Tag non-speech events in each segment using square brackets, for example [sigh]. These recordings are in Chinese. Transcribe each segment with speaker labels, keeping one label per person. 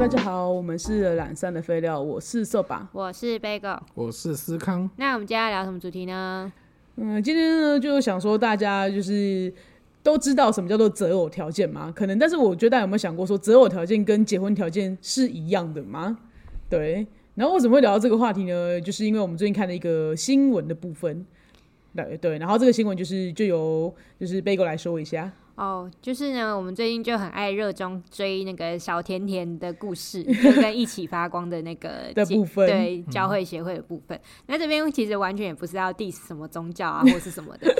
Speaker 1: 大家好，我们是懒散的废料，我是瘦吧。
Speaker 2: 我是 Bagel。
Speaker 3: 我是思康，
Speaker 2: 那我们今天要聊什么主题呢？
Speaker 1: 嗯，今天呢就想说大家就是都知道什么叫做择偶条件嘛，可能，但是我觉得大家有没有想过说择偶条件跟结婚条件是一样的吗？对。然后为什么会聊到这个话题呢？就是因为我们最近看了一个新闻的部分。对对，然后这个新闻就是就由就是 Bagel 来说一下。
Speaker 2: 哦，就是呢，我们最近就很爱热衷追那个小甜甜的
Speaker 1: [laughs]
Speaker 2: 故事，就跟一起发光的那个
Speaker 1: 的
Speaker 2: 节
Speaker 1: 部分嗯
Speaker 2: 对教会协会的部分。那这边其实完全也不是要 diss 什么宗
Speaker 1: [laughs]
Speaker 2: 教啊或是什么的，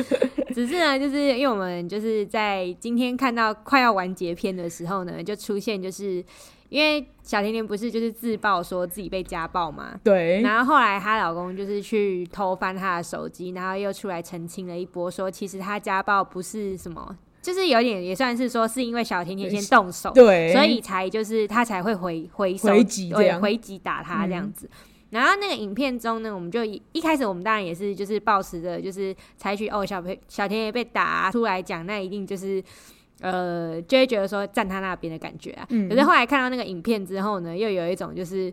Speaker 2: 只是呢，就是因为我们就是在今天看到快要完结篇的时候呢，就出现就是因为小甜甜不是就是自曝说自己被家暴嘛，
Speaker 1: 对，
Speaker 2: 然后后来她老公就是去偷翻她的手机，然后又出来澄清了一波，说其实她家暴不是什么，就是有点也算是说是因为小甜甜先动手，
Speaker 1: 对，
Speaker 2: 所以才就是她才会回回手
Speaker 1: 回击这
Speaker 2: 对
Speaker 1: 样嗯
Speaker 2: 回击打他这样子。然后那个影片中呢，我们就一一开始我们当然也是就是抱持着就是采取哦小朋小甜甜被打出来讲，那一定就是呃就会觉得说站他那边的感觉啊。
Speaker 1: 嗯
Speaker 2: 可是后来看到那个影片之后呢，又有一种就是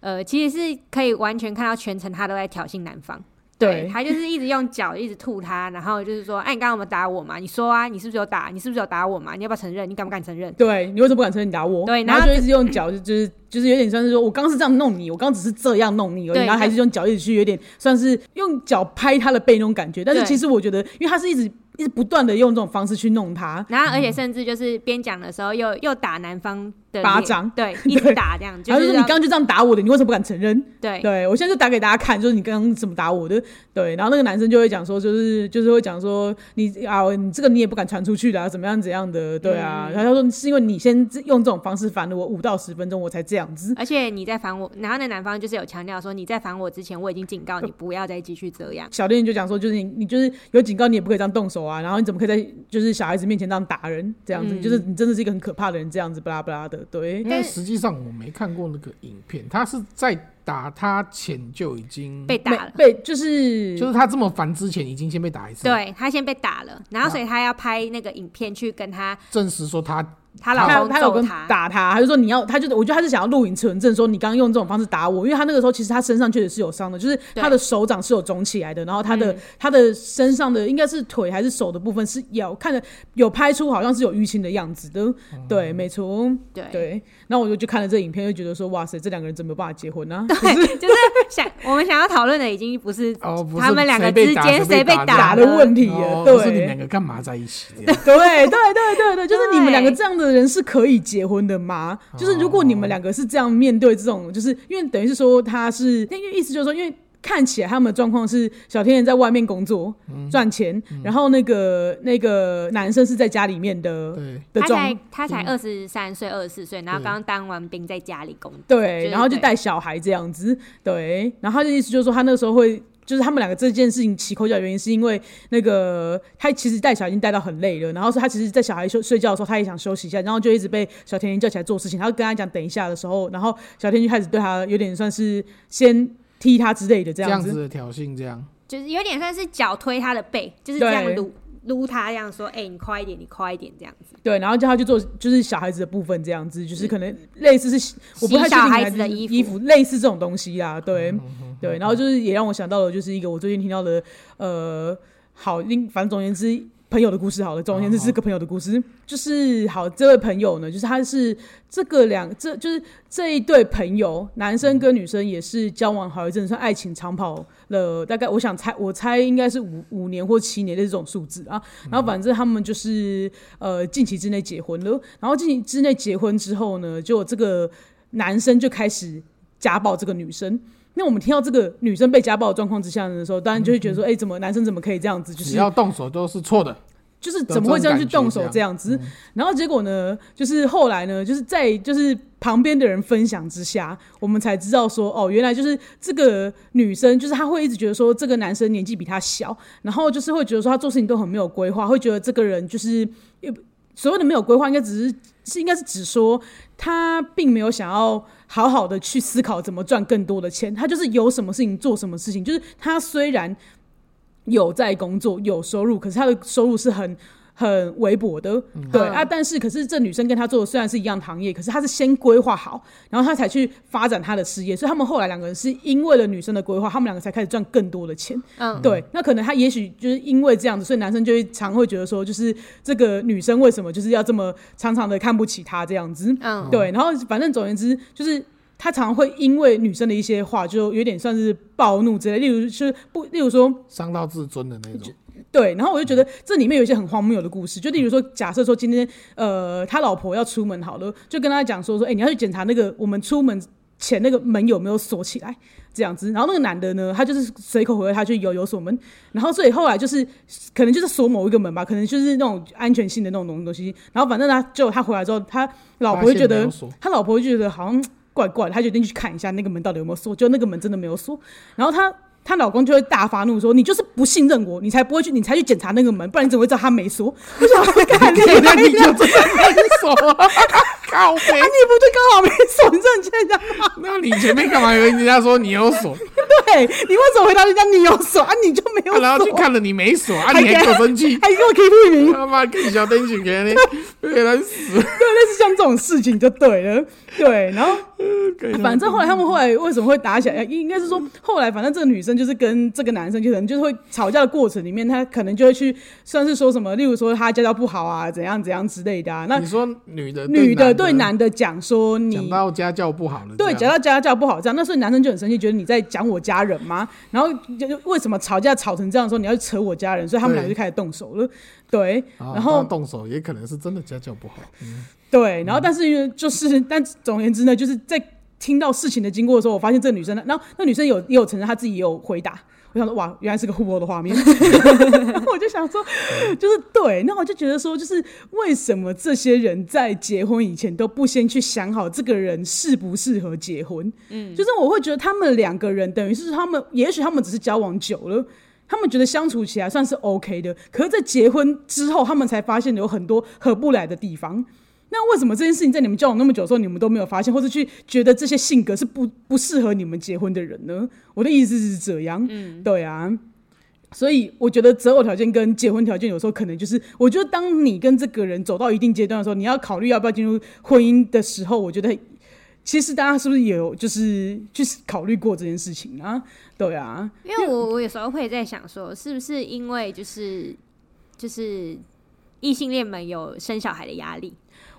Speaker 2: 呃其实是可以完全看到全程他都在挑衅男方。
Speaker 1: 对
Speaker 2: 他就是一直用脚一直吐他，然后就是说，哎、你刚刚有没有打我嘛？你说啊，你是不是有打？你是不是有打我嘛？你要不要承认？你敢不敢承认？
Speaker 1: 对你为什么不敢承认你打我？
Speaker 2: 对
Speaker 1: 然
Speaker 2: 然后
Speaker 1: 就
Speaker 2: 这
Speaker 1: 一直用脚，就就是就是有点像是说我刚是这样弄你，我刚只是这样弄你而已，
Speaker 2: 对
Speaker 1: 然后还是用脚一直去，有点算是用脚拍他的背那种感觉。但是
Speaker 2: 对
Speaker 1: 其实我觉得，因为他是一直一直不断的用这种方式去弄他，
Speaker 2: 然后，而且甚至就是边讲的时候又又打男方的脸
Speaker 1: 巴掌 [laughs]
Speaker 2: 对，一直打这样，就
Speaker 1: 然后就说
Speaker 2: 是
Speaker 1: 你
Speaker 2: 让
Speaker 1: 刚刚就这样打我的，你为什么不敢承认？
Speaker 2: 对
Speaker 1: 对我现在就打给大家看，就是你刚刚怎么打我的。对，然后那个男生就会讲说，就是就是会讲说你啊，你这个你也不敢传出去的、啊，怎么样怎样的，对啊。
Speaker 2: 嗯
Speaker 1: 然后他说是因为你先用这种方式烦了我五到十分钟，我才这样子。
Speaker 2: 而且你在烦我，然后那男方就是有强调说，你在烦我之前，我已经警告你不要再继续这样。
Speaker 1: 小店就讲说，就是你你就是有警告，你也不可以这样动手啊，然后你怎么可以在就是小孩子面前这样打人，这样子，
Speaker 2: 嗯
Speaker 1: 就是你真的是一个很可怕的人，这样子，巴拉巴拉的，对
Speaker 3: 因为实际上我没看过那个影片，他是在打他前就已经
Speaker 2: 被，打
Speaker 1: 被
Speaker 2: 了，
Speaker 1: 被就是
Speaker 3: 就是他这么烦之前已经先被打一次，，
Speaker 2: 对他先被打了，然后所以他要拍那个影片去跟他
Speaker 3: 证实说他
Speaker 2: 她
Speaker 1: 他
Speaker 2: 老公
Speaker 1: 他老
Speaker 2: 揍
Speaker 1: 公
Speaker 2: 他，
Speaker 1: 打他，他就说你要，他就我觉得他是想要录影存证，说你刚刚用这种方式打我，因为他那个时候其实他身上确实是有伤的，就是
Speaker 2: 对嗯
Speaker 1: 他的手掌是有肿起来的，然后他的、他的身上的应该是腿还是手的部分是有看着有拍出好像是有淤青的样子的，对，没错，
Speaker 2: 对，
Speaker 1: 对。 [laughs] 然后我就去看了这影片，就觉得说哇塞，这两个人怎么有办法结婚
Speaker 2: [laughs]
Speaker 1: 呢、
Speaker 2: 就是想我们想要讨论的已经不是
Speaker 3: 哦，不是
Speaker 2: 他们两个
Speaker 3: 谁被打
Speaker 2: 之间
Speaker 3: 谁
Speaker 2: 被
Speaker 3: 打
Speaker 1: 打
Speaker 2: 打
Speaker 1: 的问题
Speaker 3: 哦
Speaker 1: 了，
Speaker 3: 不是你们两
Speaker 1: 对。
Speaker 3: 个干嘛在一起这样？
Speaker 1: 对对对对对，就是你们
Speaker 2: 对
Speaker 1: 两个这样的人是可以结婚的吗？就是如果你
Speaker 3: 哦
Speaker 1: 们两个是这样面对这种，就是因为等于是说他是，因为意思就是说，因为看起来他们的状况是小天人在外面工作
Speaker 3: 嗯
Speaker 1: 赚钱，然后那个那个男生是在家里面的
Speaker 3: 对，
Speaker 1: 的
Speaker 2: 他才
Speaker 1: 状。嗯
Speaker 2: 他才二十三岁、二十四岁，然后刚刚当完兵在家里工作，就
Speaker 1: 对，
Speaker 2: 是
Speaker 1: 然后就
Speaker 2: 对
Speaker 1: 带小孩这样子，对，然后他的意思就是说，他那个时候会，就是他们两个这件事情起口角的原因，是因为那个他其实带小孩已经带到很累了，然后说他其实，在小孩休睡觉的时候，他也想休息一下，然后就一直被小甜甜叫起来做事情，然后跟他讲等一下的时候，然后小甜就开始对他有点算是先踢他之类的这
Speaker 3: 这
Speaker 1: 样
Speaker 3: 样
Speaker 1: 子，
Speaker 3: 子的挑衅，这样
Speaker 2: 就是有点算是脚推他的背，就是这样
Speaker 1: 对
Speaker 2: 撸撸他，这样说，哎、你快一点，你快一点，这样子，
Speaker 1: 对，然后叫他去做就是小孩子的部分这样子，就是可能类似是洗我不太确定
Speaker 2: 小孩
Speaker 1: 就
Speaker 2: 子
Speaker 1: 是
Speaker 2: 的衣服
Speaker 1: 衣服类似这种东西啦，对对，然后就是也让我想到了就是一个我最近听到的呃，好，另反正总而言之。朋友的故事好了，总而言之是个朋友的故事，就是好这位朋友呢，就是他是这个两这就是这一对朋友，男生跟女生也是交往好一阵，算爱情长跑了，大概我想猜我猜应该是五五年或七年的这种数字啊，然后反正他们就是呃近期之内结婚了，然后近期之内结婚之后呢，就这个男生就开始家暴这个女生。那我们听到这个女生被家暴的状况之下的时候，当然就会觉得说，哎、怎么男生怎么可以这样子？就
Speaker 3: 只
Speaker 1: 是
Speaker 3: 要动手都是啊错的，
Speaker 1: 就是怎么会这样去动手
Speaker 3: 有
Speaker 1: 这
Speaker 3: 这
Speaker 1: 样嗯子？然后结果呢，就是后来呢，就是在就是旁边的人分享之下，我们才知道说，哦，原来就是这个女生，就是她会一直觉得说这个男生年纪比她小，然后就是会觉得说他做事情都很没有规划，会觉得这个人就是所谓的没有规划，应该只是是应该是指说他并没有想要好好的去思考怎么赚更多的钱，他就是有什么事情做什么事情，就是他虽然有在工作有收入，可是他的收入是很。很微薄的，对
Speaker 2: 嗯
Speaker 1: 啊。但是可是这女生跟她做的虽然是一样行业，可是她是先规划好，然后她才去发展她的事业，所以他们后来两个人是因为了女生的规划，他们两个才开始赚更多的钱。
Speaker 2: 嗯，
Speaker 1: 对，那可能他也许就是因为这样子，所以男生就会常会觉得说，就是这个女生为什么就是要这么常常的看不起他这样子？
Speaker 2: 嗯，
Speaker 1: 对，然后反正总而言之，就是他常会因为女生的一些话，就有点算是暴怒之类，例如就是不，例如说
Speaker 3: 伤到自尊的那种，
Speaker 1: 对，然后我就觉得这里面有一些很荒谬的故事，就例如说，
Speaker 3: 嗯
Speaker 1: 假设说今天呃他老婆要出门好了，就跟他讲说说，哎、你要去检查那个我们出门前那个门有没有锁起来。这样子，然后那个男的呢，他就是随口回了他去有有锁门，然后所以后来就是可能就是锁某一个门吧，可能就是那种安全性的那种东西。然后反正他就他回来之后，他老婆
Speaker 3: 发
Speaker 1: 就
Speaker 3: 现
Speaker 1: 觉
Speaker 3: 没
Speaker 1: 得
Speaker 3: 有锁 [laughs]
Speaker 1: 他老婆就觉得好像怪怪的，他决定去看一下那个门到底有没有锁，就那个门真的没有锁。然后她她老公就会大发怒说：“你就是不信任我，你才不会去，你才去检查那个门，不然你怎么会知道他没
Speaker 3: [laughs]
Speaker 1: 锁？”我想说，干你
Speaker 3: 对，
Speaker 1: 啊
Speaker 3: 那你就真的分手啊！靠
Speaker 1: 你
Speaker 3: 背，
Speaker 1: 不就刚好没锁，你真的欠人家骂？
Speaker 3: 那你前面干嘛？以为人家说你有锁，
Speaker 1: 对，你为什么回答人家你有锁啊？你就没有
Speaker 3: 啊
Speaker 1: 锁，
Speaker 3: 然后去看了你没锁啊，你
Speaker 1: 还
Speaker 3: 还
Speaker 1: 给
Speaker 3: 给我生气，
Speaker 1: 还给我 keep 名，
Speaker 3: 他妈跟小灯去
Speaker 1: [laughs]
Speaker 3: 给你，给他死！
Speaker 1: 对，类似像这种事情就对了，对，然
Speaker 3: [laughs]
Speaker 1: 后。
Speaker 3: 给他
Speaker 1: 反正后来他们后来为什么会打起来？应该是说后来反正这个女生就是跟这个男生，就可能就是会吵架的过程里面，她可能就会去算是说什么，例如说她家教不好啊，怎样怎样之类的啊。那
Speaker 3: 你说女的
Speaker 1: 女的
Speaker 3: 嗯的
Speaker 1: 对男的讲说
Speaker 3: 讲
Speaker 1: 你。
Speaker 3: 到家教不好了，
Speaker 1: 对，
Speaker 3: 这
Speaker 1: 讲到
Speaker 3: 样
Speaker 1: 家教不好这样，那所以男生就很生气，觉得你在讲我家人吗？然后就就为什么吵架吵成这样的时候，你要去扯我家人，所以他们
Speaker 3: 对
Speaker 1: 俩就开始动手了。对，
Speaker 3: 啊
Speaker 1: 然后
Speaker 3: 他动手也可能是真的家教
Speaker 1: [laughs]
Speaker 3: 不好，嗯
Speaker 1: 对，然后但是因为就是，但总而言之呢，就是在听到事情的经过的时候，我发现这个女生呢，然后那女生有也有承认她自己也有回答。我想说，哇，原来是个互殴的画面，我就想说，就是对，那我就觉得说，就是为什么这些人在结婚以前都不先去想好这个人适不适合结婚？嗯，就是我会觉得他们两个人等于是他们，也许他们只是交往久了，他们觉得相处起来算是 OK 的，可是，在结婚之后，他们才发现有很多合不来的地方。那为什么这件事情在你们交往那么久的时候，你们都没有发现，或者去觉得这些性格是不不适合你们结婚的人呢？我的意思是这样，嗯，对啊。所以我觉得择偶条件跟结婚条件有时候可能就是，我觉得当你跟这个人走到一定阶段的时候，你要考虑要不要进入婚姻的时候，我觉得其实大家是不是也有就是去考虑过这件事情啊？对啊，
Speaker 2: 因为我我有时候会在想说，是不是因为就是就是异性恋们有生小孩的压力？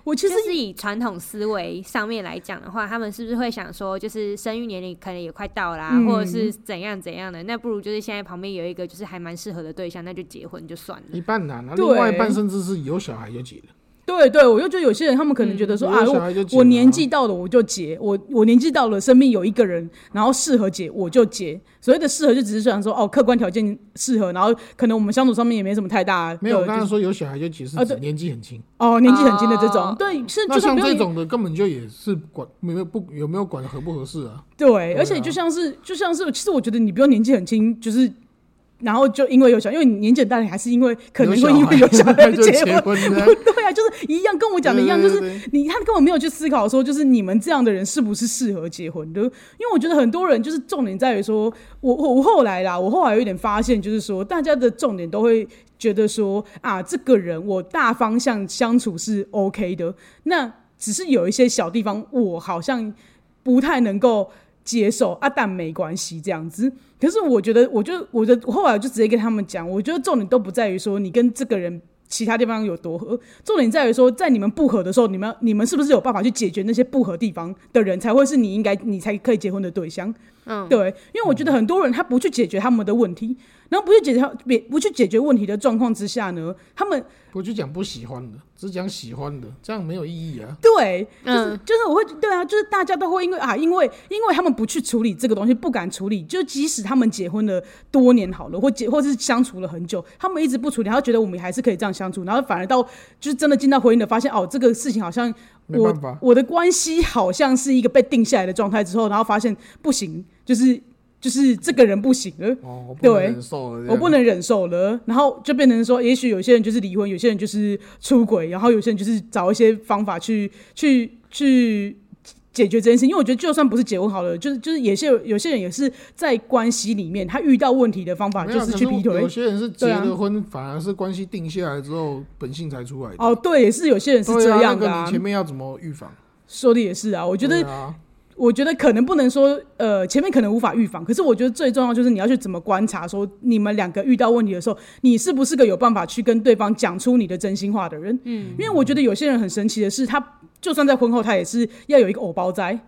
Speaker 1: 我其实
Speaker 2: 就是以传统思维上面来讲的话，他们是不是会想说，就是生育年龄可能也快到啦，
Speaker 1: 嗯
Speaker 2: 或者是怎样怎样的？那不如就是现在旁边有一个就是还蛮适合的对象，那就结婚就算了。
Speaker 3: 一半难啊，
Speaker 1: 对
Speaker 3: 另外一半甚至是有小孩就结了，
Speaker 1: 对对，我就觉得有些人他们可能觉得说、啊，
Speaker 3: 有小
Speaker 1: 我
Speaker 3: 孩就结了啊
Speaker 1: 我年纪到了我就结，我我年纪到了，身边有一个人，然后适合结我就结。所谓的适合，就只是想说哦，客观条件适合，然后可能我们相处上面也没什么太大
Speaker 3: 没
Speaker 1: 的呃
Speaker 3: 有，我刚
Speaker 1: 就
Speaker 3: 刚
Speaker 1: 是
Speaker 3: 说有小孩就结是
Speaker 1: 啊
Speaker 3: 指
Speaker 1: 对
Speaker 3: 年纪很轻，
Speaker 1: 哦，年纪很轻的这种，
Speaker 2: 哦
Speaker 1: 对，是
Speaker 3: 啊那
Speaker 1: 就算
Speaker 3: 像
Speaker 1: 不
Speaker 3: 这
Speaker 1: 用
Speaker 3: 种的根本就也是管没有不有没有管合不合适啊，
Speaker 1: 对，而
Speaker 3: 对
Speaker 1: 且
Speaker 3: 啊
Speaker 1: 就像是就像是，其实我觉得你不用年纪很轻，就是。然后就因为有小，因为你年纪很大，你还是因为可能会因为有小孩
Speaker 3: [laughs] 就
Speaker 1: 结婚 [laughs]
Speaker 3: 结，婚了。
Speaker 1: 对啊，就是一样，跟我讲的一样，
Speaker 3: 对
Speaker 1: 就是
Speaker 3: 对对
Speaker 1: 你他根本没有去思考说，就是你们这样的人是不是适合结婚的？因为我觉得很多人就是重点在于说，我我我后来啦，我后来有点发现，就是说大家的重点都会觉得说啊，这个人我大方向相处是 OK 的，那只是有一些小地方我好像不太能够。接受啊，但没关系这样子。可是我觉得，我就我的我后来就直接跟他们讲，我觉得重点都不在于说你跟这个人其他地方有多合，重点在于说，在你们不合的时候，你们你们是不是有办法去解决那些不合地方的人，才会是你应该你才可以结婚的对象。
Speaker 2: 嗯，
Speaker 1: 对，因为我觉得很多人他不去解决他们的问题，然后不去解决他别不去解决问题的状况之下呢，他们
Speaker 3: 不去讲不喜欢的，只讲喜欢的，这样没有意义啊。
Speaker 1: 对，就是、
Speaker 2: 嗯
Speaker 1: 就是我会对啊，就是大家都会因为啊，因为因为他们不去处理这个东西，不敢处理，就即使他们结婚了多年好了，或结或是相处了很久，他们一直不处理，然后觉得我们还是可以这样相处，然后反而到就是真的进到婚姻的，发现哦，这个事情好像
Speaker 3: 没
Speaker 1: 我
Speaker 3: 办法
Speaker 1: 我的关系好像是一个被定下来的状态之后，然后发现不行，就是就是这个人不行了。
Speaker 3: 哦，我不能
Speaker 1: 对
Speaker 3: 忍受了这样，
Speaker 1: 我不能忍受了，然后就变成说，也许有些人就是离婚，有些人就是出轨，然后有些人就是找一些方法去去去解决这件事，因为我觉得就算不是结婚好了，就是就是有些有些人也是在关系里面，他遇到问题的方法
Speaker 3: 没
Speaker 1: 就
Speaker 3: 有啊可
Speaker 1: 去劈
Speaker 3: 我
Speaker 1: 腿
Speaker 3: 有。些人是结
Speaker 1: 对啊
Speaker 3: 了婚，反而是关系定下来之后，本性才出来的。
Speaker 1: 哦，对，也是有些人是
Speaker 3: 对
Speaker 1: 这
Speaker 3: 啊
Speaker 1: 样
Speaker 3: 那
Speaker 1: 的、
Speaker 3: 个你前面要怎么预防？
Speaker 1: 说的也是啊，我觉得
Speaker 3: 对啊，
Speaker 1: 我觉得可能不能说，呃，前面可能无法预防，可是我觉得最重要就是你要去怎么观察，说你们两个遇到问题的时候，你是不是个有办法去跟对方讲出你的真心话的人？嗯，因为我觉得有些人很神奇的是，他就算在婚后，他也是要有一个偶包在。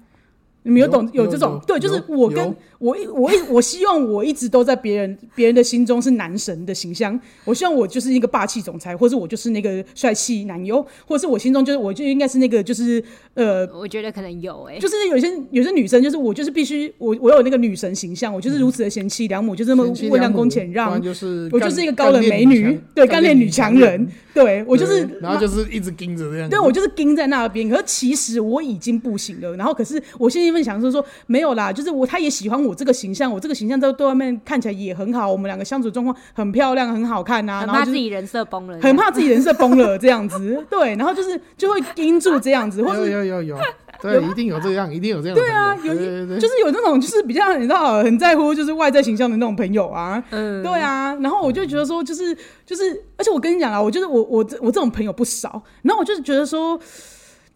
Speaker 1: 你们有懂
Speaker 3: 有
Speaker 1: 有这种
Speaker 3: 有
Speaker 1: 对，就是我
Speaker 3: 有
Speaker 1: 跟我一我一我希望我一直都在别人别人的心中是男神的形象，我希望我就是一个霸气总裁，或者我就是那个帅气男优，或者是我心中就是我就应该是那个就是呃
Speaker 2: 我觉得可能有哎、
Speaker 3: 欸
Speaker 1: 就是有些有些女生，就是我就是必须我我有那个女神形象，我就是如此的贤妻良母，就这么
Speaker 3: 贤妻
Speaker 1: 温良
Speaker 3: 良母
Speaker 1: 恭俭
Speaker 3: 不然
Speaker 1: 让。
Speaker 3: 就是
Speaker 1: 我
Speaker 3: 干
Speaker 1: 就是一个高冷美女，对，干练女强人，，对我就是
Speaker 3: 对，然后就是一直盯着这样子。
Speaker 1: 对我就是盯在那边。可是其实我已经不行了，然后可是我心里面想说说没有啦，就是我他也喜欢我这个形象，我这个形象在对外面看起来也很好，我们两个相处状况很漂亮，很好看啊，
Speaker 2: 很
Speaker 1: 然后
Speaker 2: 怕
Speaker 1: 就
Speaker 2: 自
Speaker 1: 是
Speaker 2: 己人设崩了，
Speaker 1: 很怕自己人设崩了这样子，对，然后就是就会盯住这样子，或者
Speaker 3: 有有有
Speaker 1: [laughs]
Speaker 3: 有，对，一定有这样，一定有这样的朋友。
Speaker 1: 啊有
Speaker 3: 对 [laughs] 对对
Speaker 1: 就是有那种就是比较你知道很在乎就是外在形象的那种朋友啊，
Speaker 2: 嗯，
Speaker 1: 对啊，然后我就觉得说就是就是，而且我跟你讲啦，啊我就是我我这我这种朋友不少，然后我就是觉得说。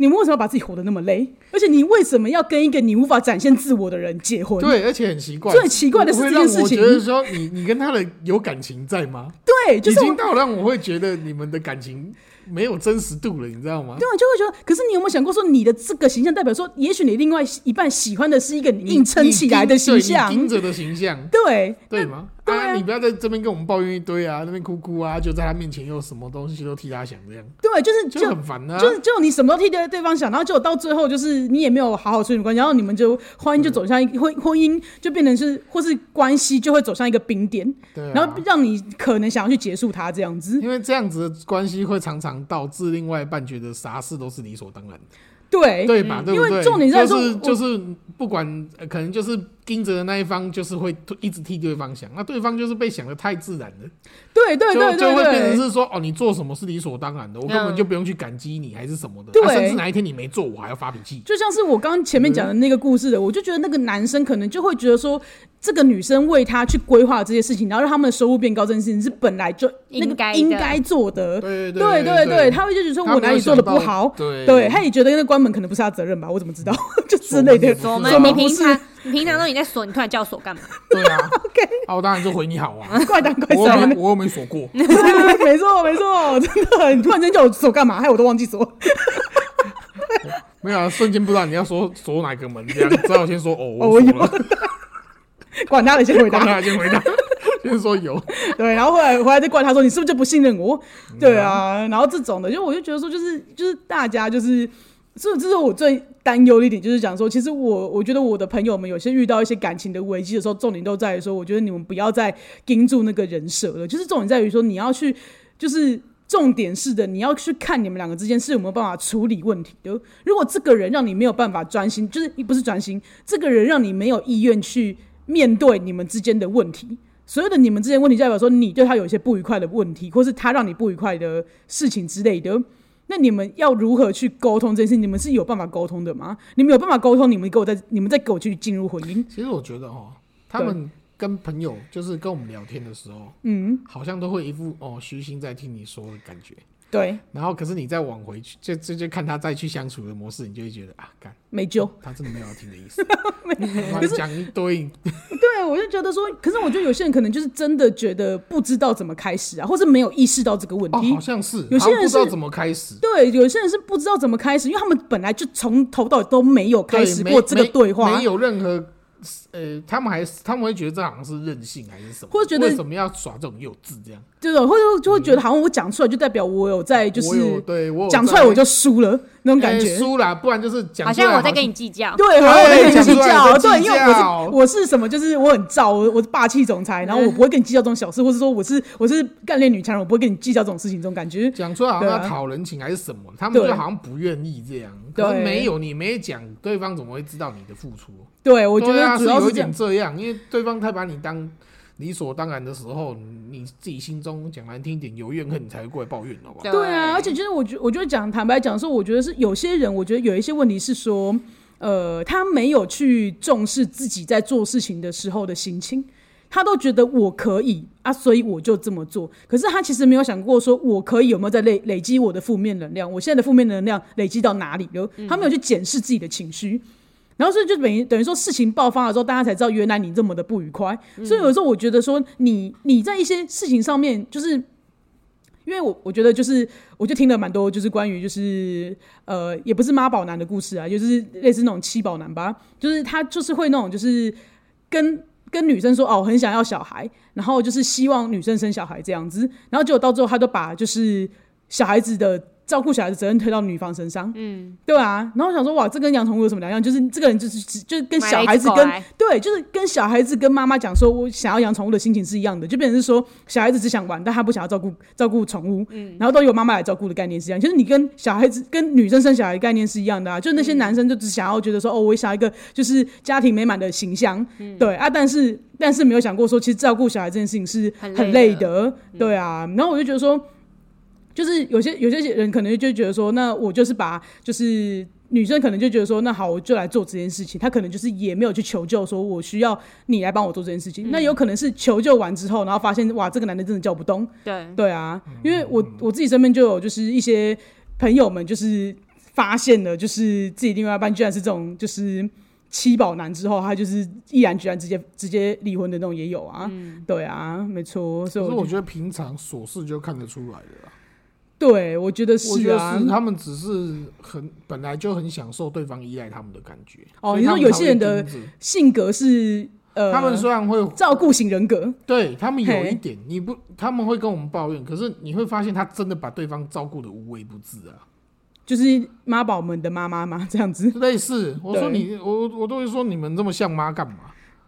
Speaker 1: 你们为什么要把自己活得那么累？而且你为什么要跟一个你无法展现自我的人结婚？
Speaker 3: 对，而且很奇怪。
Speaker 1: 最奇怪的是
Speaker 3: 会
Speaker 1: 这
Speaker 3: 让
Speaker 1: 件事
Speaker 3: 我
Speaker 1: 情
Speaker 3: 觉，得说你你跟他的有感情在吗？
Speaker 1: 对，就
Speaker 3: 已
Speaker 1: 是我
Speaker 3: 经到让我会觉得你们的感情没有真实度了，你知道吗？
Speaker 1: 对，啊就会觉得。可是你有没有想过，说你的这个形象代表说，也许你另外一半喜欢的是一个你
Speaker 3: 你
Speaker 1: 硬撑起来的形象
Speaker 3: 你，盯着的形象，
Speaker 1: 对，
Speaker 3: 对吗？
Speaker 1: 对啊
Speaker 3: 啊，你不要在这边跟我们抱怨一堆啊，那边哭哭啊，就在他面前又什么东西都替他想，这样
Speaker 1: 对，就是
Speaker 3: 就很烦啊。
Speaker 1: 就是就你什么都替对对方想，然后结果到最后就是你也没有好好处理关系，然后你们就婚
Speaker 3: 嗯
Speaker 1: 姻就走向一婚婚姻就变成是或是关系就会走向一个冰点，
Speaker 3: 对啊，
Speaker 1: 然后让你可能想要去结束它这样子。
Speaker 3: 因为这样子的关系会常常导致另外一半觉得啥事都是理所当然的，
Speaker 1: 对
Speaker 3: 对吧？对不
Speaker 1: 哎嗯因为
Speaker 3: 对？
Speaker 1: 重点在于
Speaker 3: 就
Speaker 1: 说
Speaker 3: 是
Speaker 1: 我
Speaker 3: 就是不管、呃可能就是盯着的那一方，就是会一直替对方想，那对方就是被想的太自然了，
Speaker 1: 对对对
Speaker 3: 就就
Speaker 1: 对
Speaker 3: 会变成
Speaker 1: 对，
Speaker 3: 是说哦，你做什么是理所当然的，我根本
Speaker 2: 嗯
Speaker 3: 就不用去感激你还是什么的，
Speaker 1: 对
Speaker 3: 啊甚至哪一天你没做，我还要发脾气。
Speaker 1: 就像是我刚刚前面讲的那个故事的，我就觉得那个男生可能就会觉得说。这个女生为他去规划这些事情，然后让他们的收入变高，这件事情是本来就那
Speaker 2: 应
Speaker 1: 个
Speaker 2: 该的
Speaker 1: 应该做的。
Speaker 3: 对
Speaker 1: 对
Speaker 3: 对
Speaker 1: 对对，他会就觉得说
Speaker 3: 他
Speaker 1: 我
Speaker 3: 没有
Speaker 1: 哪里做的
Speaker 3: 想
Speaker 1: 不
Speaker 3: 到
Speaker 1: 好，
Speaker 3: 对
Speaker 1: 对，他也觉得那关门可能不是他责任吧，我怎么知道？ [laughs] 就之类的。
Speaker 2: [laughs] 锁
Speaker 3: 锁
Speaker 2: 门，
Speaker 3: 门
Speaker 2: 你
Speaker 1: 不
Speaker 2: 平
Speaker 1: 是
Speaker 2: 常你平常都你在锁，你突然叫我锁干嘛？
Speaker 3: 对
Speaker 1: [laughs]
Speaker 3: 啊，OK，啊，我当然是回你好啊，
Speaker 1: 怪胆怪
Speaker 3: 我又没
Speaker 1: 神，
Speaker 3: 我又没锁过，
Speaker 1: [laughs] 没错没错，真的，你突然间叫我锁干嘛？害我都忘记锁。
Speaker 3: 没有啊，瞬间不知道你要锁锁哪个门，这样，只好先说哦，
Speaker 1: 哦
Speaker 3: 我
Speaker 1: 我
Speaker 3: 锁
Speaker 1: 有
Speaker 3: 了。
Speaker 1: 管他了，先回
Speaker 3: 管
Speaker 1: 答。
Speaker 3: 他先回答，先说有，
Speaker 1: 对，然后后来回来再怪他说你是不是就不信任我？对啊，然后这种的，就我就觉得说，就是就是大家就是，这这是我最担忧的一点，就是讲说，其实我我觉得我的朋友们有些遇到一些感情的危机的时候，重点都在于说，我觉得你们不要再盯住那个人设了，就是重点在于说你要去就是。重点是的，你要去看你们两个之间是有没有办法处理问题的。如果这个人让你没有办法专心，就是不是专心，这个人让你没有意愿去面对你们之间的问题，所有的你们之间的问题，代表说你对他有一些不愉快的问题，或是他让你不愉快的事情之类的。那你们要如何去沟通这件事？你们是有办法沟通的吗？你们有办法沟通？你们给我再，你们再给我去进入婚姻？
Speaker 3: [laughs] 其实我觉得哦，他们跟朋友就是跟我们聊天的时候，
Speaker 1: 嗯，
Speaker 3: 好像都会一副哦虚心在听你说的感觉。
Speaker 1: 对，
Speaker 3: 然后可是你再往回去，就就就看他再去相处的模式，你就会觉得啊，干
Speaker 1: 没救。
Speaker 3: 他真的没有要听的
Speaker 1: [laughs]
Speaker 3: 意思，妈讲一堆，
Speaker 1: 对，我就觉得说，可是我觉得有些人可能就是真的觉得不知道怎么开始啊，或是没有意识到这个问
Speaker 3: 哦，
Speaker 1: 题。
Speaker 3: 好像是，
Speaker 1: 有些人
Speaker 3: 好像不知道
Speaker 1: 是
Speaker 3: 怎么开始，
Speaker 1: 对，有些人是不知道怎么开始，因啊为他们本来就从头到尾都没有开
Speaker 3: 对
Speaker 1: 始
Speaker 3: 没
Speaker 1: 过这个
Speaker 3: 没
Speaker 1: 对话。
Speaker 3: 没有任何。呃，他们还他们会觉得这好像是任性还是什么，
Speaker 1: 或者觉得
Speaker 3: 为什么要耍这种幼稚这样？
Speaker 1: 对的，或者就会觉得好像我讲出来就代表我有在就
Speaker 3: 我有
Speaker 1: 是
Speaker 3: 哦对我有
Speaker 1: 讲出
Speaker 3: 在
Speaker 1: 来我就输了那种感
Speaker 3: 哎
Speaker 1: 觉。
Speaker 3: 输了，不然就是讲
Speaker 2: 啊好
Speaker 3: 出来
Speaker 2: 像我在跟你计较，
Speaker 1: 对，好像我在跟你
Speaker 3: 讲出
Speaker 1: 计
Speaker 3: 来
Speaker 1: 较，
Speaker 3: 在
Speaker 1: 对，
Speaker 3: 计
Speaker 1: 因为我
Speaker 3: 较嗯
Speaker 1: 是我是什么，就是我很燥，我我是霸气总裁，然后我不会跟你计较这种小事，或是说我是我是干练女强人，我不会跟你计较这种事情，这种感觉。
Speaker 3: 讲出来好像
Speaker 1: 对
Speaker 3: 要
Speaker 1: 啊
Speaker 3: 讨人情还是什么，他们就
Speaker 1: 对
Speaker 3: 好像不愿意这样。可是
Speaker 1: 对
Speaker 3: 没有你没讲，对方怎么会知道你的付出？
Speaker 1: 对，我觉
Speaker 3: 对
Speaker 1: 得
Speaker 3: 啊
Speaker 1: 主要
Speaker 3: 有
Speaker 1: 是
Speaker 3: 一
Speaker 1: 这样
Speaker 3: 点。这样，因为对方太把你当理所当然的时候，你自己心中讲难听一点有怨恨，你才会过来抱怨，好不好？
Speaker 1: 啊对啊，而且就是我觉，我觉得讲坦白讲说，我觉得是有些人，我觉得有一些问题是说，呃，他没有去重视自己在做事情的时候的心情，他都觉得我可以啊，所以我就这么做。可是他其实没有想过说，我可以有没有在累累积我的负面能量？我现在的负面能量累积到哪里了？他没有去检视自己的情绪。然后所以就等于等于说事情爆发了之后，大家才知道原来你这么的不愉快。所以有时候我觉得说你你在一些事情上面，就是因为我我觉得就是我就听了蛮多就是关于就是呃也不是妈宝男的故事啊，就是类似那种七宝男吧，就是他就是会那种就是跟。跟女生说哦，我很想要小孩，然后就是希望女生生小孩这样子，然后结果到最后他都把就是小孩子的照顾小孩的责任推到女方身上，
Speaker 2: 嗯，
Speaker 1: 对啊，然后我想说，哇，这跟养宠物有什么两样？就是这个人就是只就是跟
Speaker 2: 买了
Speaker 1: 小
Speaker 2: 一
Speaker 1: 孩
Speaker 2: 只
Speaker 1: 子
Speaker 2: 狗
Speaker 1: 跟
Speaker 2: 来
Speaker 1: 对，就是跟小孩子跟妈妈讲说，我想要养宠物的心情是一样的，就变成是说小孩子只想玩，但他不想要照顾照顾宠物，
Speaker 2: 嗯
Speaker 1: 然后都由妈妈来照顾的概念是一样。就是你跟小孩子跟女生生小孩的概念是一样的
Speaker 2: 嗯
Speaker 1: 啊，就是那些男生就只想要觉得说，哦，我想要一个就是家庭美满的形象，
Speaker 2: 嗯
Speaker 1: 对啊，但是但是没有想过说，其实照顾小孩这件事情是
Speaker 2: 很
Speaker 1: 很
Speaker 2: 累嗯
Speaker 1: 累的，对啊。然后我就觉得说，就是有些有些人可能就觉得说，那我就是把就是。女生可能就觉得说，那好，我就来做这件事情。她可能就是也没有去求救，说我需要你来帮我做这件事情。那有可能是求救完之后，然后发现哇，这个男的真的叫不动，
Speaker 2: 对，
Speaker 1: 对啊，
Speaker 3: 嗯
Speaker 1: 因为我我自己身边就有就是一些朋友们就是发现了，就是自己另外一半居然是这种就是七宝男之后，他就是毅然决然直接直接离婚的那种也有啊。对啊，没错，所
Speaker 3: 嗯可
Speaker 1: 以
Speaker 3: 是
Speaker 1: 我
Speaker 3: 我
Speaker 1: 就
Speaker 3: 觉得平常琐事就看得出来啊的啦。
Speaker 1: 对我觉得
Speaker 3: 我
Speaker 1: 是
Speaker 3: 觉
Speaker 1: 啊
Speaker 3: 得是。他们只是很本来就很享受对方依赖他们的感觉。
Speaker 1: 哦
Speaker 3: 所以
Speaker 1: 你说
Speaker 3: 他们
Speaker 1: 有
Speaker 3: 才
Speaker 1: 些
Speaker 3: 会
Speaker 1: 人的
Speaker 3: 盯着
Speaker 1: 性格是呃，
Speaker 3: 他们虽然会
Speaker 1: 照顾型人格，
Speaker 3: 对他们有
Speaker 1: 嘿
Speaker 3: 一点，你不他们会跟我们抱怨，可是你会发现他真的把对方照顾的无微不至啊，
Speaker 1: 就是妈宝们的妈妈嘛，这样子。
Speaker 3: 类似我说
Speaker 1: 对
Speaker 3: 你我我都会说你们这么像妈干嘛？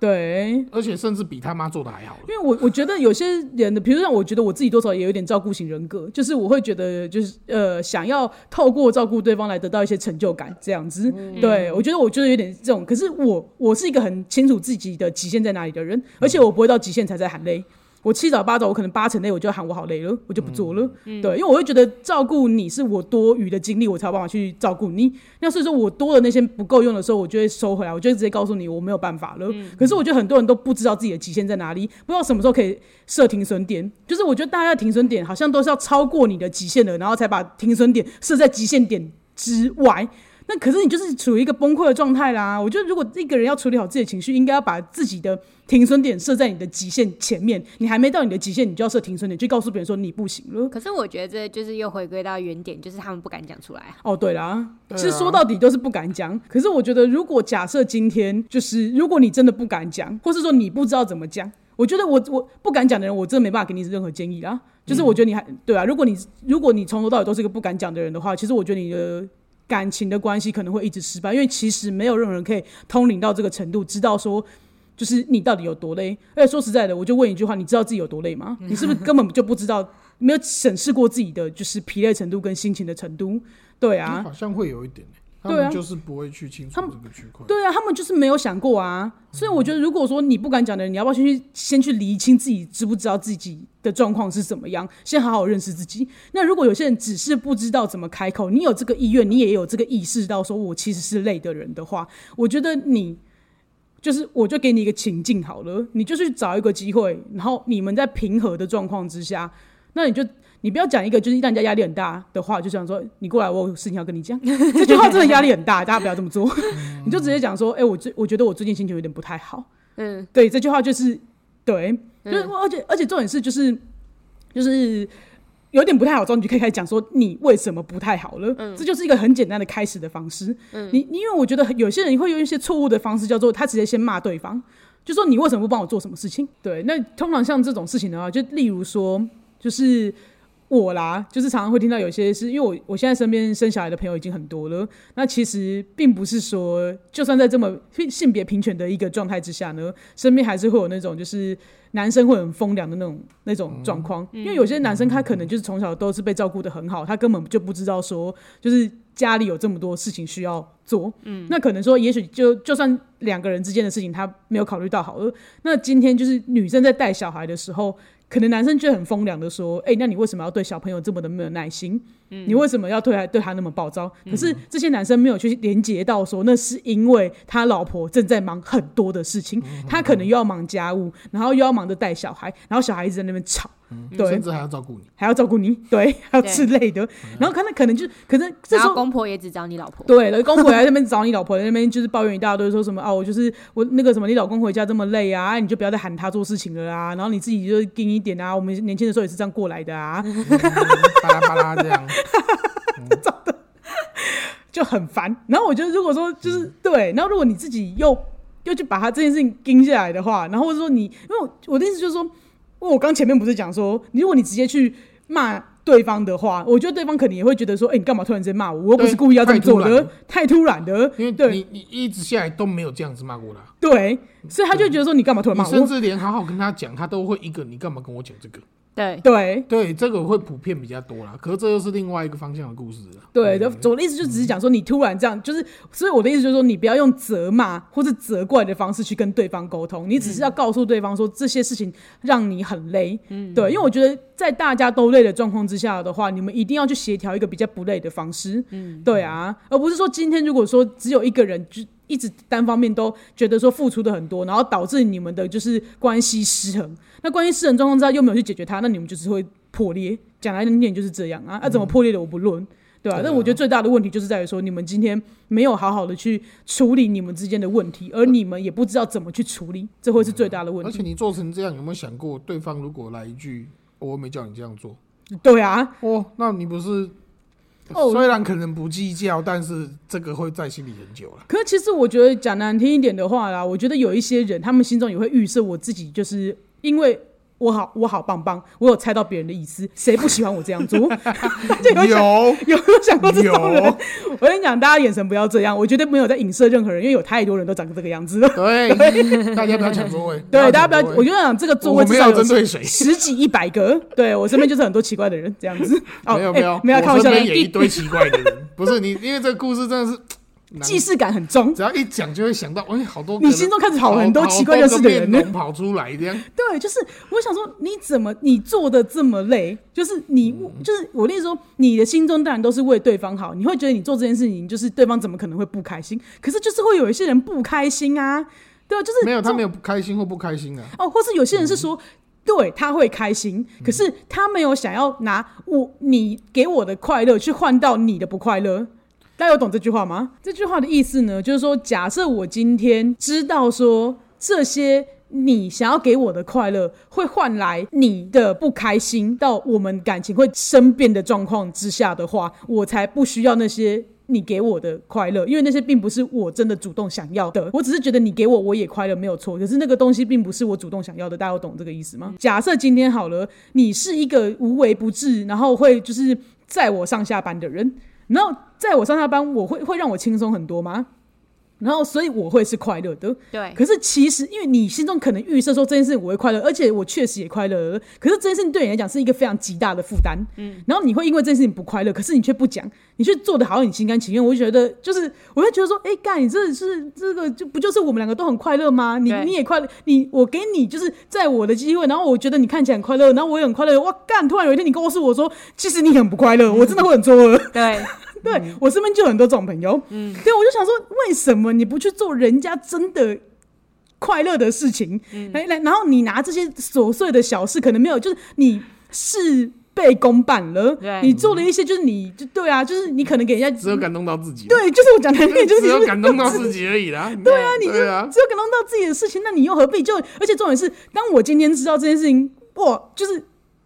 Speaker 1: 对，
Speaker 3: 而且甚至比他妈做的还好了
Speaker 1: 因为我我觉得有些人的，比如像我觉得我自己多少也有点照顾型人格，就是我会觉得就是呃，想要透过照顾对方来得到一些成就感，这样子。对我觉得我觉得有点这种，可是我我是一个很清楚自己的极限在哪里的人，而且我不会到极限才在喊累。我七早八早，我可能八成累，我就喊我好累了，我就不做了。对，因为我会觉得照顾你是我多余的精力，我才有办法去照顾你。那所以说我多的那些不够用的时候，我就会收回来，我就会直接告诉你我没有办法了。可是我觉得很多人都不知道自己的极限在哪里，不知道什么时候可以设停损点。就是我觉得大家的停损点好像都是要超过你的极限了，然后才把停损点设在极限点之外。那可是你就是处于一个崩溃的状态啦。我觉得如果一个人要处理好自己的情绪，应该要把自己的停损点设在你的极限前面。你还没到你的极限，你就要设停损点，去告诉别人说你不行了。
Speaker 2: 可是我觉得这就是又回归到原点，就是他们不敢讲出来。
Speaker 1: 哦，对啦，
Speaker 3: 对啊
Speaker 1: 其实说到底都是不敢讲。可是我觉得，如果假设今天就是，如果你真的不敢讲，或是说你不知道怎么讲，我觉得我我不敢讲的人，我真的没办法给你任何建议啦。就是我觉得你还、对啊，如果你如果你从头到尾都是一个不敢讲的人的话，其实我觉得你的感情的关系可能会一直失败，因为其实没有任何人可以通灵到这个程度，知道说。就是你到底有多累？而且说实在的，我就问一句话：你知道自己有多累吗？你是不是根本就不知道，没有审视过自己的就是疲累程度跟心情的程度？对啊，
Speaker 3: 好像会有一点、欸他
Speaker 1: 对啊
Speaker 3: 们就是不会去清楚
Speaker 1: 他们
Speaker 3: 这个区块。
Speaker 1: 对啊，他们就是没有想过啊。所以我觉得，如果说你不敢讲的人，你要不要先去先去厘清自己知不知道自己的状况是怎么样，先好好认识自己。那如果有些人只是不知道怎么开口，你有这个意愿，你也有这个意识到说我其实是累的人的话，我觉得你。就是，我就给你一个情境好了，你就去找一个机会，然后你们在平和的状况之下，那你就你不要讲一个就是让人家压力很大的话，就想说你过来，我有事情要跟你讲。这句话真的压力很大，大家不要这么做。你就直接讲说，哎、我最我觉得我最近心情有点不太好。
Speaker 2: 嗯，
Speaker 1: 对，这句话就是对，就是、
Speaker 2: 嗯
Speaker 1: 而且而且重点是就是就是有点不太好之后，你就可以开始讲说你为什么不太好了。这就是一个很简单的开始的方式。你你因为我觉得有些人会用一些错误的方式，叫做他直接先骂对方，就说你为什么不帮我做什么事情？对，那通常像这种事情的话，就例如说就是。我啦，就是常常会听到有些是因为我我现在身边生小孩的朋友已经很多了，那其实并不是说，就算在这么性别平权的一个状态之下呢，身边还是会有那种就是男生会很风凉的那种那种状况，因为有些男生他可能就是从小都是被照顾的很好，他根本就不知道说就是家里有这么多事情需要做，嗯，那可能说也许就就算两个人之间的事情他没有考虑到好了，那今天就是女生在带小孩的时候。可能男生就很风凉的说：“哎、那你为什么要对小朋友这么的没有耐心？
Speaker 2: 嗯
Speaker 1: 你为什么要对他对他那么暴躁？可是这些男生没有去连接到说，那是因为他老婆正在忙很多的事情，他可能又要忙家务，然后又要忙着带小孩，然后小孩一直在那边吵，对
Speaker 3: 甚，至还要照顾你。
Speaker 1: 还要照顾你， [laughs] 对，还有
Speaker 2: 对嗯
Speaker 1: 之类的。然后可能可能就可能这
Speaker 2: 然
Speaker 1: 时候
Speaker 2: 后公婆也只找你老婆，
Speaker 1: [laughs] 对，老公回来那边找你老婆，在那边就是抱怨一大堆，说什么啊，我就是我那个什么，你老公回家这么累啊，你就不要再喊他做事情了啊，然后你自己就定一点啊，我们年轻的时候也是这样过来的啊，
Speaker 3: 巴拉巴拉这样，
Speaker 1: 就很烦。然后我觉得如果说就是
Speaker 3: 嗯
Speaker 1: 对，然后如果你自己又又去把他这件事情盯下来的话，然后或者说你，因为我我的意思就是说，因为我刚前面不是讲说，如果你直接去骂。对方的话，我觉得对方肯定也会觉得说：“哎、你干嘛突然间骂我？我又不是
Speaker 3: 对
Speaker 1: 故意要这么
Speaker 3: 太突
Speaker 1: 做
Speaker 3: 然
Speaker 1: 的
Speaker 3: 了，
Speaker 1: 太突然的。”
Speaker 3: 因为
Speaker 1: 对
Speaker 3: 你你一直下来都没有这样子骂过他，
Speaker 1: 对，所以他就觉得说：“你 [laughs] 干嘛突然
Speaker 3: 嗯你
Speaker 1: 骂我？”
Speaker 3: 甚至连好好跟他讲，他都会一个你干嘛跟我讲这个？
Speaker 2: 对
Speaker 1: 对
Speaker 3: 对，这个会普遍比较多啦。可是这又是另外一个方向的故事啊哎
Speaker 1: 对，
Speaker 3: 了。
Speaker 1: 就我的意思就只是讲说，你突然这样，就是，所以我的意思就是说，你不要用责骂或者责怪的方式去跟对方沟通，你只是要告诉对方说这些事情让你很累，嗯，对，因为我觉得在大家都累的状况之下的话，你们一定要去协调一个比较不累的方式，嗯，对啊，而不是说今天如果说只有一个人就。一直单方面都觉得说付出的很多，然后导致你们的就是关系失衡。那关系失衡状况之下又没有去解决它，那你们就是会破裂。讲来难听点就是这样啊，那、怎么破裂的我不论，对吧、
Speaker 3: 嗯对啊
Speaker 1: 但我觉得最大的问题就是在于说，你们今天没有好好的去处理你们之间的问题，而你们也不知道怎么去处理，这会是最大的问
Speaker 3: 嗯而
Speaker 1: 题。
Speaker 3: 且你做成这样，有没有想过对方如果来一句“我没叫你这样做
Speaker 1: 对啊，”，
Speaker 3: 哦，那你不是？
Speaker 1: 哦
Speaker 3: 虽然可能不计较，但是这个会在心里很久了。
Speaker 1: 可是其实我觉得讲难听一点的话啦，我觉得有一些人，他们心中也会预设我自己，就是因为我好，我好棒棒，我有猜到别人的意思，谁不喜欢我这样做？ [laughs] 就有想
Speaker 3: 有
Speaker 1: 有没有想过这种人
Speaker 3: 有？，
Speaker 1: 我跟你讲，大家眼神不要这样，我绝对没有在影射任何人，因为有太多人都长这个样子了。
Speaker 3: 对，大家不要抢座位。
Speaker 1: 对，大家不要，我
Speaker 3: 觉
Speaker 1: 就想这个座
Speaker 3: 我
Speaker 1: 位至
Speaker 3: 没
Speaker 1: 少
Speaker 3: 有
Speaker 1: 有
Speaker 3: 针对谁，
Speaker 1: 十几一百个，对我身边就是很多奇怪的人这样子。哦，
Speaker 3: 没有
Speaker 1: 哎
Speaker 3: 没有，
Speaker 1: 没有开
Speaker 3: 我
Speaker 1: 玩笑
Speaker 3: 身
Speaker 1: 的
Speaker 3: 边，也一堆奇怪的人。不是你，因为这个故
Speaker 1: [laughs]
Speaker 3: 事真的是难
Speaker 1: 既视感很重，
Speaker 3: 只要一讲就会想到，哎，好多个
Speaker 1: 你心中开始跑
Speaker 3: 好
Speaker 1: 很多
Speaker 3: 好
Speaker 1: 奇怪认识的
Speaker 3: 个
Speaker 1: 人
Speaker 3: 面。孔跑出来这样。
Speaker 1: 对，就是我想说，你怎么你做的这么累？就是你，
Speaker 3: 嗯
Speaker 1: 就是我跟你说，你的心中当然都是为对方好，你会觉得你做这件事情，就是对方怎么可能会不开心？可是就是会有一些人不开心啊，对啊，就是
Speaker 3: 没有，
Speaker 1: 这
Speaker 3: 他
Speaker 1: 种
Speaker 3: 没有不开心或不开心啊。
Speaker 1: 哦，或是有些人是说，对他会开心，可是他没有想要拿我你给我的快乐去换到你的不快乐。大家有懂这句话吗？这句话的意思呢，就是说，假设我今天知道说这些你想要给我的快乐会换来你的不开心，到我们感情会生变的状况之下的话，我才不需要那些。你给我的快乐，因为那些并不是我真的主动想要的，我只是觉得你给我我也快乐没有错，可是那个东西并不是我主动想要的，大家有懂这个意思吗？假设今天好了，你是一个无微不至，然后会就是载我上下班的人，然后载我上下班，我会会让我轻松很多吗？然后所以我会是快乐的，
Speaker 2: [laughs] 对
Speaker 1: 可是其实，因为你心中可能预设说这件事情我会快乐，而且我确实也快乐了。可是这件事情对你来讲是一个非常极大的负担，嗯，然后你会因为这件事情不快乐，可是你却不讲，你却做的好像你心甘情愿。我就觉得，就是我会觉得说，哎、干，你这是这个就不就是我们两个都很快乐吗？你
Speaker 2: 对
Speaker 1: 你也快乐，你我给你就是在我的机会，然后我觉得你看起来很快乐，然后我也很快乐。哇，干！突然有一天你告诉我说，其实你很不快乐，我真的会很错愕。
Speaker 2: 对
Speaker 1: 对、我身边就有很多这种朋友，嗯，对我就想说，为什么你不去做人家真的快乐的事情？来来，然后你拿这些琐碎的小事，可能没有，就是你事倍功半了，
Speaker 2: 对
Speaker 1: 你做了一些，就是你就对啊，就是你可能给人家
Speaker 3: 只有感动到自己，，
Speaker 1: 对，就是我讲的那个，就是
Speaker 3: 只
Speaker 1: 你
Speaker 3: 有
Speaker 1: 是
Speaker 3: 感动到自己而已
Speaker 1: [laughs]
Speaker 3: 啦。
Speaker 2: 对啊
Speaker 1: 你就
Speaker 3: 对啊，
Speaker 1: 只有感动到自己的事情，那你又何必就？而且重点是，当我今天知道这件事情，哇，就是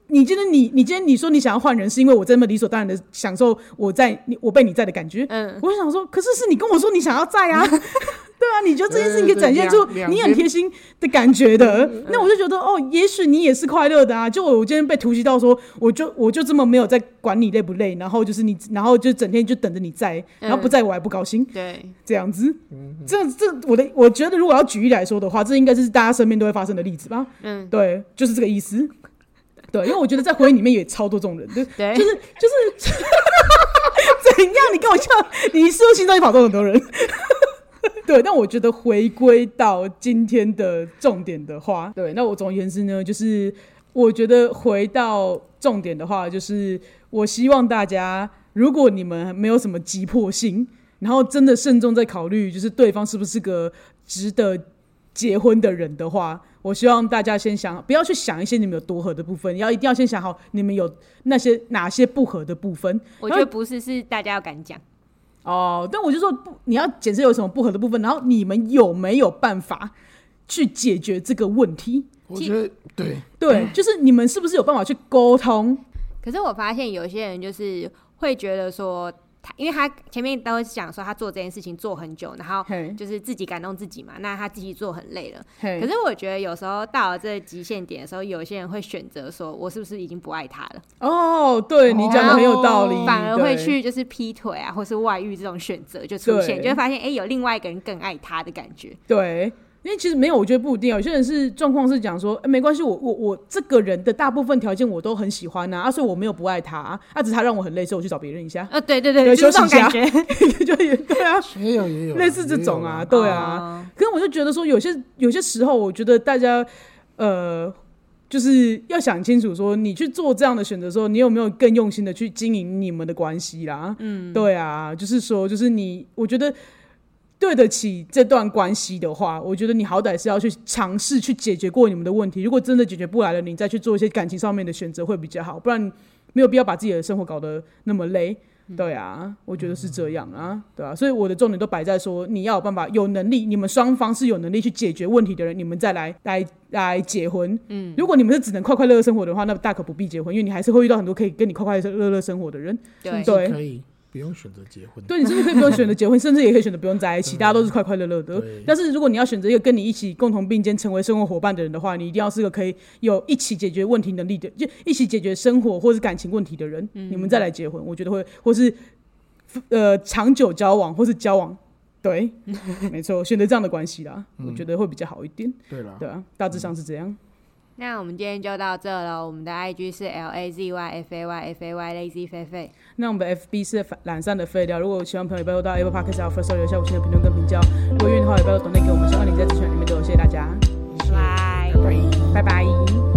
Speaker 1: 你今天你你今天你说你想要换人，是因为我这么理所当然的享受我在你我被你在的感觉。
Speaker 3: [laughs]
Speaker 2: 嗯
Speaker 1: 我就想说，可是是你跟我说你想要在啊，对啊，你觉得这件事情可以
Speaker 3: 对对
Speaker 1: 展现
Speaker 3: 两
Speaker 1: 出
Speaker 3: 两
Speaker 1: 你很
Speaker 3: 边
Speaker 1: 贴心的感觉的，那我就觉得哦，也许你也是快乐的啊。就我我今天被突袭到说，我就我就这么没有在管你累不累，然后就是你，然后就整天就等着你在，然后不
Speaker 2: 嗯
Speaker 1: 在我还不高兴。
Speaker 2: 对
Speaker 1: 这样子。
Speaker 3: 嗯
Speaker 1: 这这，我的我觉得，如果要举例来说的话，这应该是大家身边都会发生的例子吧？
Speaker 2: 嗯
Speaker 1: 对，就是这个意思。对，因为我觉得在婚姻里面也超多这种人，对，
Speaker 2: 对
Speaker 1: 就是就是 [laughs] 怎样？你跟我笑，你是不是心脏里跑动很多人？ [laughs] 对，但我觉得回归到今天的重点的话，对，那我总而言之呢，就是我觉得回到重点的话，就是我希望大家，如果你们没有什么急迫性，然后真的慎重在考虑，就是对方是不是个值得结婚的人的话，我希望大家先想，不要去想一些你们有多合的部分，要一定要先想好你们有那些哪些不合的部分。
Speaker 2: 我觉得不是，是大家要敢讲。
Speaker 1: 哦，但我就说不，你要检测有什么不合的部分，然后你们有没有办法去解决这个问题？
Speaker 3: 我觉得对，
Speaker 1: 对，就是你们是不是有办法去沟通？
Speaker 2: 可是我发现有些人就是会觉得说他，因为他前面都会讲说他做这件事情做很久，然后
Speaker 1: 嘿，
Speaker 2: 就是自己感动自己嘛，那他自己做很累了。
Speaker 1: 嘿，
Speaker 2: 可是我觉得有时候到了这个极限点的时候，有些人会选择说，我是不是已经不爱他了？
Speaker 1: 哦，对你讲的很有道理，
Speaker 2: 反而会
Speaker 1: 对
Speaker 2: 去就是劈腿啊，或是外遇这种选择就出现，
Speaker 1: 对
Speaker 2: 就会发现哎、诶有另外一个人更爱他的感觉。
Speaker 1: 对，因为其实没有，我觉得不一定啊。有些人是状况是讲说，哎、没关系，我我我这个人的大部分条件我都很喜欢呐、啊，所以我没有不爱他啊，啊只是他让我很累，所以我去找别人一
Speaker 2: [laughs]
Speaker 1: 下， [laughs]
Speaker 2: 呃，对对对，
Speaker 1: 对
Speaker 2: 就是这种
Speaker 1: 休息一下
Speaker 2: 感觉，
Speaker 1: 就也对啊，
Speaker 3: 也有也有啦
Speaker 1: 类似这种啊，，对啊。
Speaker 2: 啊，
Speaker 1: 可是我就觉得说，有些有些时候，我觉得大家呃，就是要想清楚说你去做这样的选择的时候，你有没有更用心的去经营你们的关系啦？嗯，对啊，就是说，就是你，我觉得。对得起这段关系的话，我觉得你好歹是要去尝试去解决过你们的问题。如果真的解决不来了，你再去做一些感情上面的选择会比较好，不然没有必要把自己的生活搞得那么累。对啊，我觉得是这样啊，对啊，所以我的重点都摆在说，你要有办法、有能力，你们双方是有能力去解决问题的人，你们再来来来结婚。嗯，如果你们是只能快快乐乐生活的话，那大可不必结婚，因为你还是会遇到很多可以跟你快快乐乐生活的人。
Speaker 2: 对
Speaker 1: 对
Speaker 3: 是可以不用选择结婚，
Speaker 1: 对，你甚至可以不用选择结婚，甚至也可以选择不用在一起，大家都是快快乐乐的
Speaker 3: 对。
Speaker 1: 但是如果你要选择一个跟你一起共同并肩成为生活伙伴的人的话，你一定要是个可以有一起解决问题能力的，就一起解决生活或是感情问题的人，你们再来结婚，我觉得会或是呃长久交往或是交往，对，没错，选择这样的关系啦，我觉得会比较好一点，
Speaker 3: 对啦，
Speaker 1: 对啊，大致上是这样。
Speaker 2: 那我们今天就到这了。我们的 IG 是 L A Z Y F A Y F A Y Lazy 菲菲。
Speaker 1: 那我们的 FB 是懒散的废料。如果有喜欢朋友，拜托到 Apple Podcast 和 First Story 留下五星的评论跟评价哦。如果愿意的话，也拜托 donate 给我们，相关链接在资讯栏里面都有。谢谢大家，
Speaker 2: 拜。
Speaker 1: 拜
Speaker 3: 拜。
Speaker 1: 拜。